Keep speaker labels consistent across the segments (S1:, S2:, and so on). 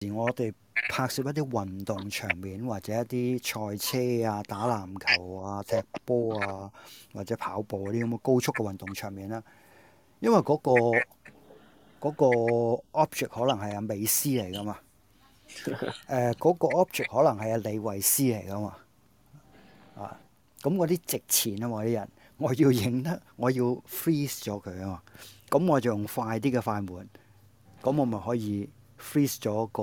S1: 時我哋拍攝一啲運動場面，或者一啲賽車啊、打籃球啊、踢波啊，或者跑步嗰啲咁嘅高速嘅運動場面啦。因為嗰、個嗰、個 object 可能係阿美斯嚟噶嘛，誒、嗰、個 object 可能係阿李慧詩嚟噶嘛，啊咁嗰啲值錢啊嘛啲人，我要影得我要 freeze 咗佢啊嘛，咁我就用快啲嘅快門，咁我咪可以 freeze 咗個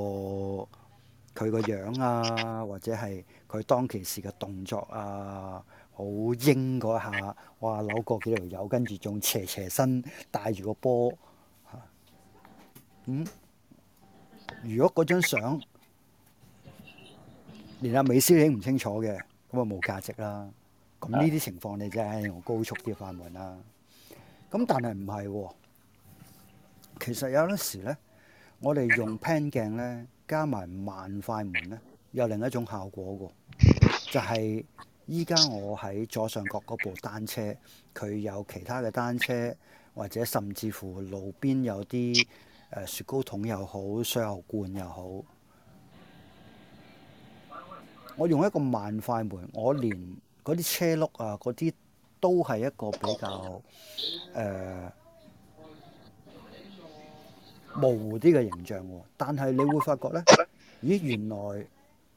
S1: 佢個樣啊，或者係佢當其時嘅動作啊。好英嗰下，哇！扭過幾條友，跟住仲斜斜身帶住個波嚇。咁、如果嗰張相連阿美斯都影唔清楚嘅，咁啊冇價值啦。咁呢啲情況你真係用高速啲快門啦。咁但係唔係喎？其實有陣時咧，我哋用 pan 鏡咧，加埋慢快門咧，有另一種效果喎，就係、依家我喺左上角嗰部單車，佢有其他嘅單車，或者甚至乎路邊有啲誒、呃雪糕筒又好，水喉罐又好。我用一個慢快門，我連嗰啲車轆啊，嗰啲都係一個比較誒、呃模糊啲嘅形象喎。但係你會發覺呢，咦，原來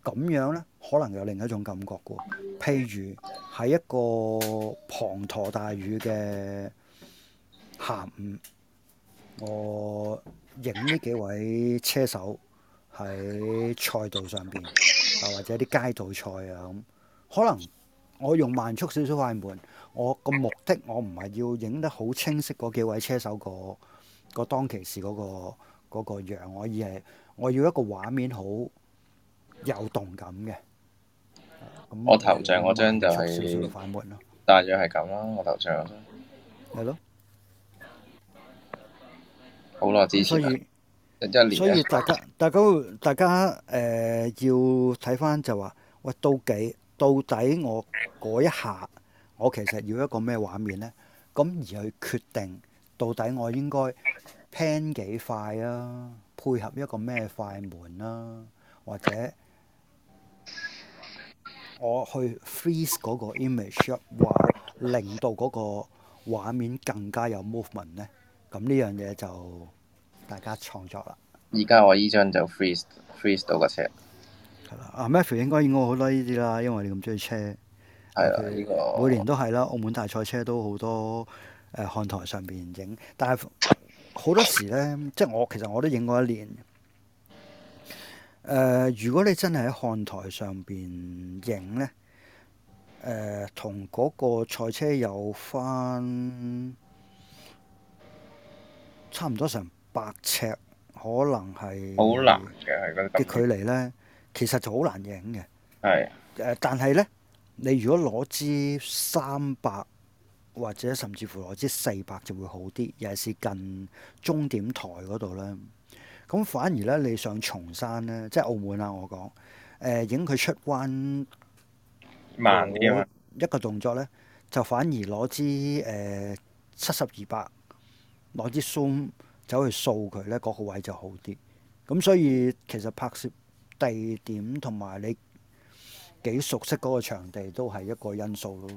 S1: 咁樣呢，可能有另一種感覺嘅喎。譬如喺一個滂沱大雨嘅下午，我影呢幾位車手喺賽道上邊，啊或者啲街道賽啊咁，可能我用慢速少少快門，我個目的我唔係要影得好清晰嗰幾位車手個個當其時嗰、個嗰、個樣，我而係我要一個畫面好有動感嘅。啊咁
S2: 我頭像嗰張就
S1: 慢速少少
S2: 係
S1: 快門咯，
S2: 大約係咁啦。我頭像嗰張
S1: 係咯。
S2: 好耐之
S1: 所
S2: 前啦，
S1: 以
S2: 一一
S1: 所以
S2: 年啊，
S1: 大家大家會大家誒、呃要睇翻就話，喂，到幾到底我嗰一下，我其實要一個咩畫面呢？咁而去決定到底我應該 pan 幾快啊，配合一個咩快門啦、啊，或者我去 freeze 嗰個 image up，話令到嗰個畫面更加有 movement 呢。咁呢樣嘢就大家創作啦。
S2: 依家我依張就 freeze freeze 到個車，
S1: 係啦，阿啊 Matthew 應該應該好多呢啲啦，因為你咁中意車，
S2: 係啦，
S1: 佢
S2: 呢
S1: 每
S2: 個
S1: 年都係啦，澳門大賽車都好多誒、呃、看台上邊影，但係好多時咧，即係我其實我都影過一年。誒、如果你真係喺看台上邊影咧，誒同嗰個賽車有翻差唔多成百尺，可能係
S2: 好難嘅，係嗰啲
S1: 嘅
S2: 咁
S1: 距離咧，其實就好難影嘅。
S2: 係
S1: 誒、呃但係呢，你如果攞支三百或者甚至乎攞支四百就會好啲，尤其是近終點台嗰度呢。咁反而呢，你上松山呢，即係澳門啊啦，我講誒，影、佢出彎
S2: 慢啲啊嘛
S1: 嗰。一個動作呢，就反而攞支誒七十二百攞支 zoom 走去掃佢呢，嗰、個位就好啲。咁所以其實拍攝地點同埋你幾熟悉嗰個場地都係一個因素咯。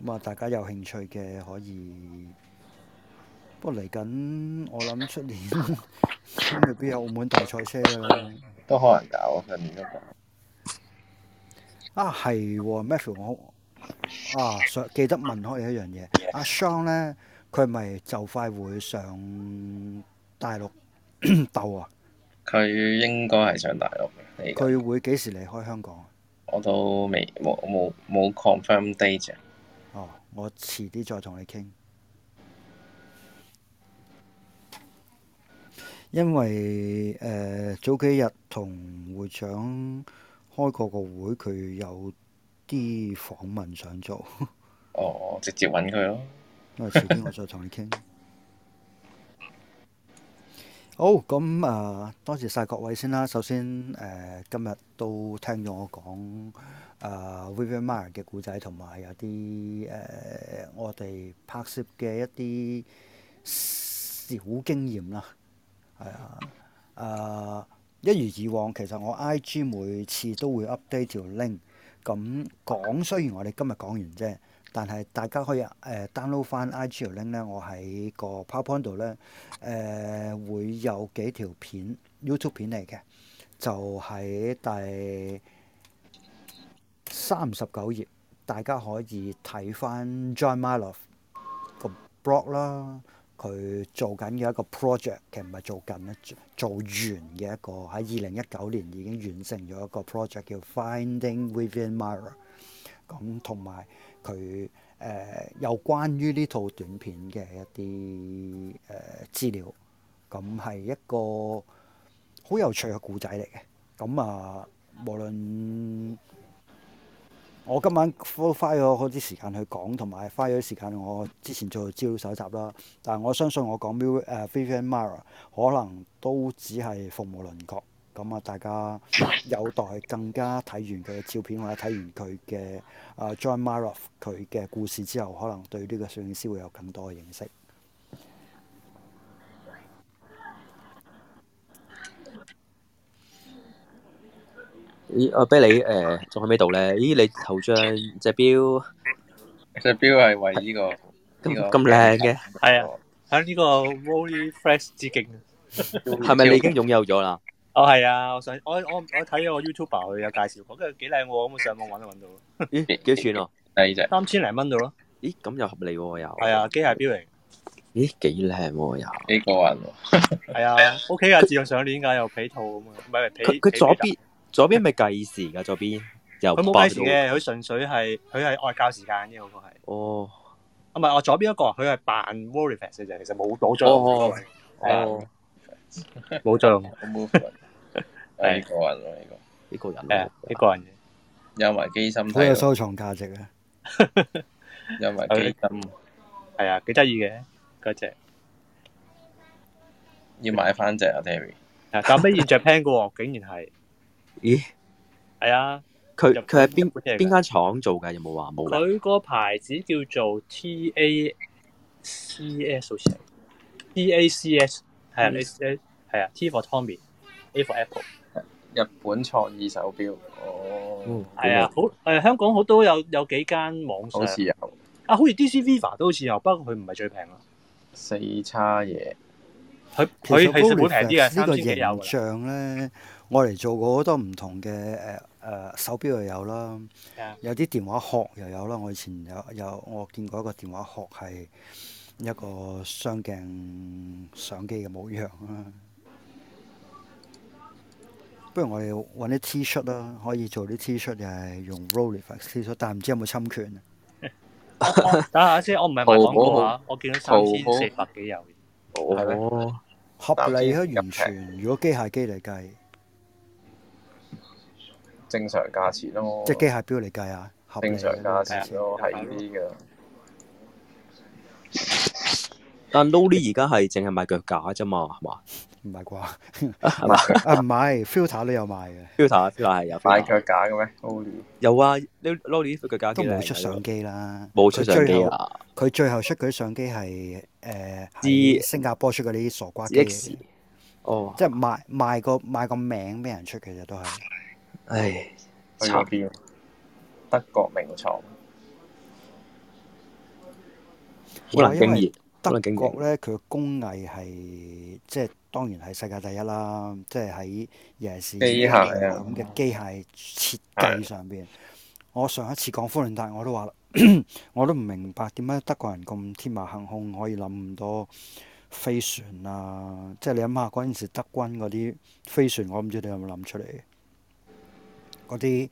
S1: 咁啊，大家有興趣嘅可以。不過嚟緊，我諗出年 都未必有澳門大賽車㗎啦。
S2: 都可能搞，上年都搞。
S1: 啊，係喎，Matthew，我啊想記得問開你一樣嘢，阿 Sean 咧，佢咪就快會上大陸鬥啊？
S2: 佢應該係上大陸嘅，呢個
S1: 佢會幾時離開香港啊？
S2: 我都未冇冇冇 confirm date 啫。
S1: 哦，我遲啲再同你傾，因為誒、呃早幾日同會長開過個會，佢有啲訪問想做，
S2: 哦，我直接揾佢咯。
S1: 因為遲啲我再同你傾。好，咁啊、呃多謝晒各位先啦。首先，誒、今日都聽咗我講啊 Vivian Meyer 嘅故仔，同埋有啲誒、呃我哋拍攝嘅一啲少經驗啦，係啊，誒、呃一如以往，其實我 I G 每次都會 update 條 link，咁講雖然我哋今日講完啫，但係大家可以誒、download 翻 I G 條 link 咧，我喺個 PowerPoint 度咧誒會有幾條片 YouTube 片嚟嘅，就喺第三十九頁，大家可以睇翻 John Maloff 個 blog 啦，佢做緊嘅一個 project，其實唔係做緊咧，做做完嘅一個喺二零一九年已經完成咗一個 project 叫 Finding Vivian Mara。咁同埋佢誒有關於呢套短片嘅一啲誒、呃、資料，咁係一個好有趣嘅故仔嚟嘅。咁啊，無論我今晚花花咗好啲時間去講，同埋花咗啲時間我之前做資料搜集啦。但係我相信我講 Mil 誒 Vivian Mara 可能都只係鳳毛麟角。咁啊，大家有待更加睇完佢嘅照片或者睇完佢嘅啊 John Maroff 佢嘅故事之後，可能對呢個攝影師會有更多嘅認識。
S3: 咦，我俾你誒，仲喺咩度咧？咦，你頭像隻錶
S2: 隻錶係為呢、個呢
S3: 咁
S2: 個
S3: 咁靚嘅，
S4: 係啊，喺呢個 Wally Flash 致敬。
S3: 係咪你已經擁有咗啦？
S4: 哦，係啊，我想我我我睇咗個 YouTuber 佢有介紹過，跟住幾靚喎，咁我上網揾一揾到，
S3: 咦，幾多錢啊？
S2: 第二隻？
S4: 三千零蚊到咯。
S3: 咦，咁又合理喎又。
S4: 係啊，機械錶嚟。
S3: 咦，幾靚喎又。
S2: 呢個人
S4: 係啊，OK 啊，自從上年㗎又皮套咁啊，唔係唔係皮。
S3: 佢佢
S4: 皮
S3: 左
S4: 皮帶
S3: 邊左邊咪計時㗎，左邊又
S4: 佢冇
S3: 爆
S4: 計時
S3: 到。
S4: 嘅，佢純粹係佢係外教時間嘅嗰個係。
S3: 哦
S4: 啊唔係我左邊一個，佢係扮 w o r r i f a s 嘅啫，其實冇冇作用嗰個
S3: 哦
S4: 位，係啊
S3: 哦，
S4: 冇作用。
S2: 好 movement，啊呢個人喎呢個
S3: 呢個人
S4: 誒
S3: 啊
S4: 一個人嘅。
S2: 有埋機心
S1: 好有
S2: 睇，
S1: 收藏價值啊！
S2: 有埋機心，
S4: 係啊，幾得意嘅嗰只。
S2: 要買翻隻啊 Terry。
S4: 啊，但尾現着 plan 嘅喎，竟然係。
S3: 咦，
S4: 係啊，
S3: 佢
S4: 日
S3: 佢喺邊
S4: 日本嘢嚟㗎
S3: 邊間廠做㗎？有冇話冇㗎？
S4: 佢個牌子叫做 T A C S 好似係 T A C S 係啊，
S2: 嗯
S4: 你係啊，T for Tommy，A for Apple
S2: 日本創意手錶，哦
S3: 嗯，
S4: 係啊，好誒，香港好多有有幾間網上
S2: 好似有
S4: 啊，好似 D C Viva 都好似有，不過佢唔係最平啊咯，
S2: 四叉嘢，
S4: 佢
S1: 其
S4: 佢其實會
S1: Gold
S4: 平啲
S1: Reflex
S4: 嘅，
S1: 呢
S4: 三
S1: 個
S4: 千幾有
S1: 形
S4: 㗎啦。
S1: 象咧，我嚟做過好多唔同嘅誒誒手錶又有啦
S4: 啊，
S1: 有啲電話殼又有啦。我以前有有我見過一個電話殼係一個雙鏡相機嘅模樣啦。不如我哋揾啲 T 恤啦，可以做啲 T 恤又係用 Rolex T 恤，但唔知有冇侵權啊？
S4: 哦等 下先，我唔係賣廣告啊，我見到
S2: 淘
S4: 三
S2: 寶
S4: 千四百幾有。
S3: 哦，
S1: 合理啊，
S2: 但唔知
S1: 完全。如果機械機嚟計，
S2: 正常價錢咯，
S1: 即係機械錶嚟計啊，合理
S2: 正
S1: 啊
S2: 常價
S1: 呢個
S2: 錢
S1: 價
S2: 咯，係呢啲嘅。
S3: 但 Loli 而家係淨係賣腳架啫嘛，係嘛
S1: 錢唔係啩？啊唔係，filter 都有賣嘅，
S3: ？Filter Filter 係有
S2: 買
S3: filter，
S2: 腳架嘅咩？Holy，
S3: 有啊，Loli 啲腳架
S1: 都
S3: 幾靚
S1: 冇
S3: 㗎
S1: 出相機啦。
S3: 冇出相
S1: 佢最
S3: 機
S1: 後
S3: 啊。
S1: 佢最後出嗰啲相機係誒喺
S3: 知
S1: 新加坡出嗰啲傻瓜機嚟嘅，
S3: X 哦，
S1: 即係賣賣個賣個名俾人出嘅啫，都係。
S3: 唉，
S2: 去
S3: 慘
S2: 咗邊？德國名廠，
S3: 好難經
S1: 因為
S3: 驗，好
S1: 德
S3: 難經
S1: 國
S3: 驗。
S1: 咧，佢嘅工藝係即係當然係世界第一啦，即係喺尤其是
S2: 機械啊
S1: 咁嘅機械設計上邊。我上一次講科倫達，我都話啦， 我都唔明白點解德國人咁天馬行空，可以諗咁多飛船啊！即係你諗下嗰陣時德軍嗰啲飛船，我唔知你有冇諗出嚟嘅嗰啲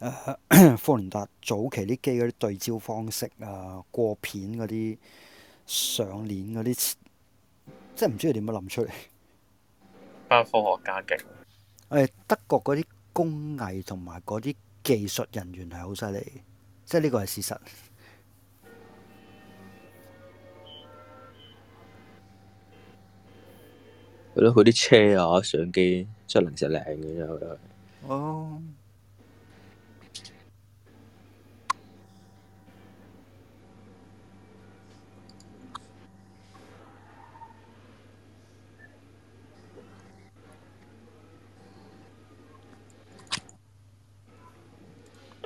S1: 誒科倫達早期啲機嗰啲對焦方式啊、過片嗰啲上鏈嗰啲，即係唔知佢點樣諗出嚟。
S2: 班科學家勁，
S1: 誒德國嗰啲工藝同埋嗰啲技術人員係好犀利，即係呢個係事實。
S3: 係咯，佢啲車啊、相機真係零舍靚嘅啫我覺得。
S1: 哦，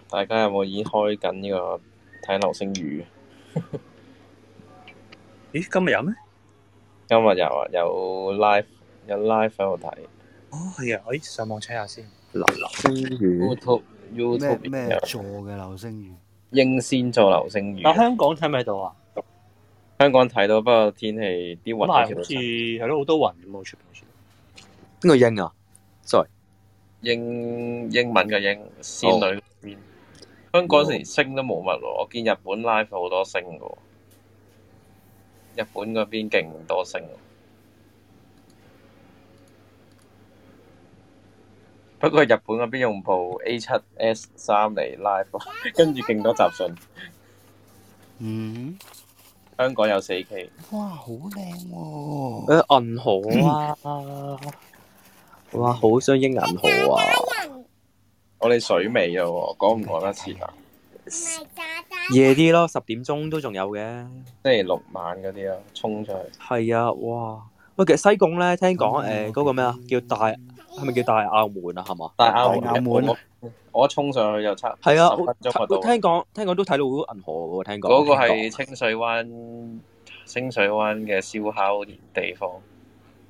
S2: 大家有冇已經開緊呢個睇流星雨？
S4: 咦，今日有咩？
S2: 今日有啊，有 live 有 live 喺度睇
S4: 哦，係啊，我上網 check 下先。
S3: 流星雨
S2: YouTube
S1: 咩
S2: YouTube
S1: 嗯咩
S2: 有
S1: 座嘅流星雨？
S2: 英仙做流星雨，
S4: 但香港睇咪到啊？
S2: 香港睇到，不過天氣啲
S4: 咁
S2: 雲
S4: 係好
S2: 好
S4: 似
S2: 似都
S4: 係咯，好多雲咁喎出邊。
S3: 邊個英啊？sorry，
S2: 英英文嘅英仙女邊。香港成星都冇乜喎，我見日本 live 好多星嘅喎，日本嗰邊勁多星喎。不過日本嗰邊用部 A 七 S 三嚟 live，喎跟住勁多雜訊。
S1: 嗯，
S2: 香港有四 K，
S1: 哇，好靚喎！
S3: 誒呃銀河啊！哇，好想英銀河啊！
S2: 我哋水尾嘞喎，講唔講得切啊？
S3: 夜啲咯，十點鐘都仲有嘅。
S2: 星期六晚嗰啲啊，衝出去。
S3: 係啊，哇！喂，其實西貢咧，聽講
S1: 嗯
S3: 誒嗰個咩啊，叫大係咪叫大澳門啊？係嘛？
S2: 但係
S1: 大
S2: 啱
S1: 澳門啊
S2: 我我一衝上去就差
S3: 係啊，
S2: 十
S3: 我
S2: 分鐘就到
S3: 睇我
S2: 啦。
S3: 聽講聽講都睇到銀河嘅喎，聽講啊
S2: 嗰個係清水灣，清水灣嘅燒烤地方。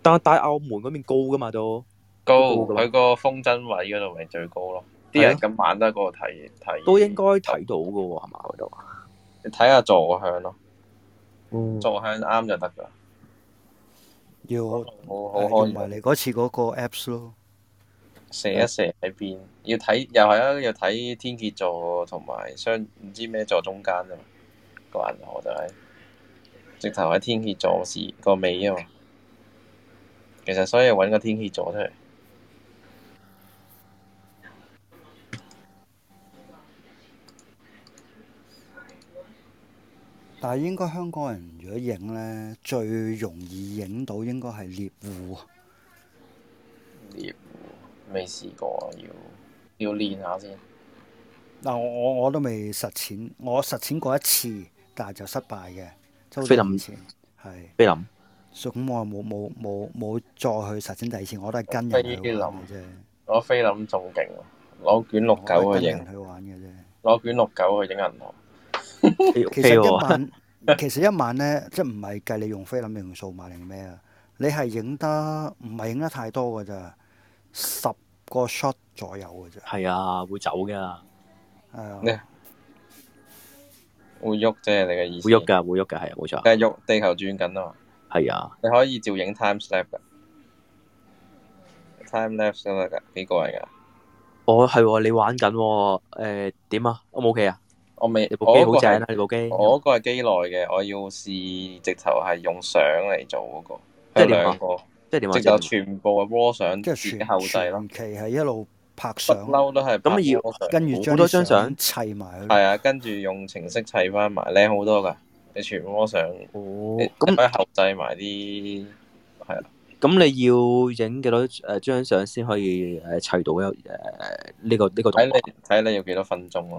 S3: 但係大澳門嗰邊高噶嘛都，
S2: 高，
S3: 高㗎嘛
S2: 佢個風箏位嗰度咪最高咯。啲
S3: 係啊
S2: 人咁晚都喺嗰度睇睇。
S3: 都應該睇到嘅喎，係嘛嗰度？
S2: 你睇下坐向咯，
S3: 嗯，
S2: 坐向啱就得㗎。
S1: 要我
S2: 好
S3: 啊
S2: 好
S1: 用
S2: 開
S1: 埋
S2: 心，
S1: 你嗰次嗰個 apps 咯，
S2: 射一射喺邊？要睇又係啊，要睇天蝎座同埋雙唔知咩座中間啊嘛。個銀河就係直頭喺天蝎座是個尾啊嘛。其實所以揾個天蝎座出嚟。
S1: 但係應該香港人如果影咧，最容易影到應該係獵戶啊，
S2: 獵未試過，啊要要練下先。
S1: 嗱，我我我都未實踐，我實踐過一次，但係就失敗嘅，即係好
S3: 菲
S1: 多
S3: 林
S1: 年前係，
S3: 菲林
S1: 所以咁我冇冇冇冇再去實踐第二次，我都係跟人
S2: 菲
S1: 去
S2: 林
S1: 玩嘅啫，
S2: 攞菲林仲勁喎，攞卷六
S1: 我都
S2: 九啊
S1: 係跟
S2: 去影
S1: 人，去玩嘅啫。
S2: 攞卷六九去影銀河。
S1: 其
S3: OK
S1: 實一
S3: 喎，
S1: 晚， 其實一晚咧，即係唔係計你用菲林定用數碼定咩啊？你係影得唔係影得太多㗎咋？十個 shot 左右㗎咋？
S3: 係啊，會走噶，
S1: 係
S2: 你
S1: 啊，
S2: 會喐啫，你嘅意思？
S3: 會喐，噶，會喐噶，係啊，冇錯，
S2: 梗係喐，地球轉緊啊嘛。
S3: 係啊，
S2: 你可以照影 time slap 噶，time lapse 都得㗎，幾過癮㗎。
S3: 哦係喎，你玩緊喎，誒點啊？O 唔 OK 啊？
S2: 我未，
S3: 你部
S2: 我
S3: 機
S2: 嗰個
S3: 好正啊！
S2: 係
S3: 你部機，
S2: 我嗰個係機內嘅，我要試直頭係用相嚟做嗰個，
S3: 即係
S2: 有
S3: 點啊
S2: 兩個，
S3: 即係點啊？
S2: 直
S3: 即係
S2: 頭
S3: 點啊
S2: 全部係 raw 相，
S1: 即
S2: 自
S1: 係
S2: 己
S1: 全
S2: 後製咯
S1: 全，期係一路拍
S2: 不
S1: 相，
S2: 嬲都係
S3: 咁
S2: 拍
S3: 要
S2: raw 相
S1: 跟住
S3: 好
S1: 將
S3: 多
S1: 啲
S3: 張相
S1: 砌埋佢。
S2: 係啊，跟住用程式砌翻埋，靚好多噶。你全部都想，你
S3: 哦，
S2: 你可
S3: 咁
S2: 以後製埋啲係啊，
S3: 咁你要影幾多誒張相先可以誒砌到一誒呢個呢個動
S2: 睇
S3: 畫？
S2: 你睇你要幾多分鐘咯，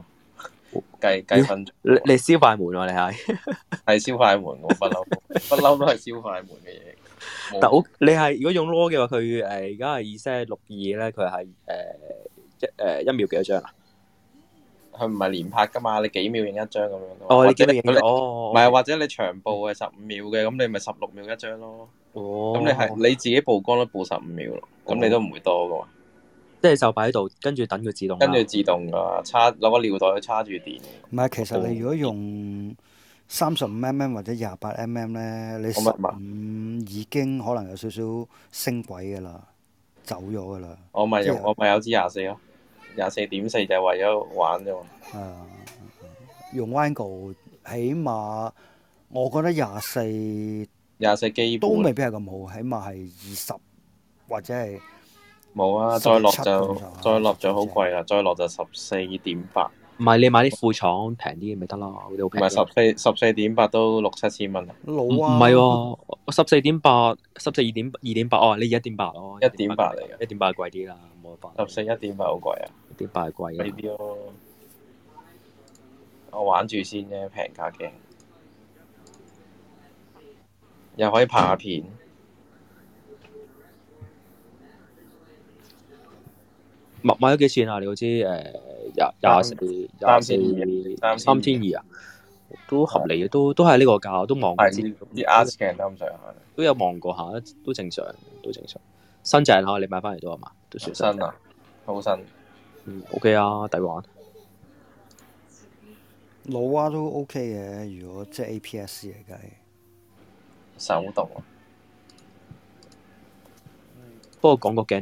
S3: 哦
S2: 計計分鐘
S3: 你你燒快門喎，你係，
S2: 係燒快門喎，不嬲不嬲都係燒快門嘅嘢。冇
S3: 但我你係如果用 RAW 嘅話，佢誒而家係二 set 六二咧，佢係誒一誒一秒幾多張啊？
S2: 佢唔係連拍噶嘛，你幾秒影一張咁樣噶嘛。
S3: 哦，
S2: 或
S3: 你
S2: 者
S3: 幾秒影
S2: 佢哋
S3: 到？哦，嗯
S2: 唔係，或者你長布係十五秒嘅，咁你咪十六秒一張咯。
S3: 哦，
S2: 咁你係你自己曝光都曝十五秒咯，咁你都唔會多噶嘛。
S3: 即係就擺喺度，跟住等佢自動啦。
S2: 跟住自動噶，插攞個尿袋去插住電。
S1: 唔係，其
S3: 哦
S1: 實你如果用三十五 mm 或者廿八 mm 咧，你十
S2: 我密
S1: 五已經可能有少少升軌㗎啦，走咗㗎啊啦，
S2: 我咪用
S1: 即係
S2: 我咪有支廿四咯，廿四點四就係為咗玩啫嘛。
S1: 啊，用 Wango 起碼我覺得廿四
S2: 廿四基
S1: 都
S3: 啊
S2: 本
S1: 未必係咁好，起碼係二十或者係
S2: 冇啊，
S1: 17
S2: 再落
S1: 咁
S2: 就
S1: 上下
S2: 再落就好貴啦，再落就十四點八，
S3: 唔係你買啲副廠平啲咪得咯，嗰啲好
S2: 唔
S3: 平。
S2: 係十四十四點八都六七千蚊啦，
S1: 老
S3: 唔
S1: 啊，
S3: 唔係喎，我十四點八，十四二點二點八哦，你一點八咯，
S2: 1.8嚟嘅
S3: 一點八貴啲啦，冇辦法。
S2: 十四一點八好貴啊，
S3: 一點八係貴
S2: 呢
S3: 啦。
S2: 啲咯。我玩住先啫，平價嘅，又可以拍下片。
S3: 買買咗幾錢啊？你嗰支誒廿廿四廿
S2: 三
S3: 四
S2: 千二
S3: 三千二啊，都合理嘅，都都係呢個價，都望過
S2: 係
S3: 先
S2: 啲啲 art scan 都咁上下，
S3: 都有望過下，都正常，都正常。新淨下你買翻嚟都係嘛，都算
S2: 新啊，好新。
S3: 嗯，OK 啊，抵玩。
S1: 老蛙都 OK 嘅，如果即係 APS 嚟計，
S2: 手動啊。
S3: 不過講個頸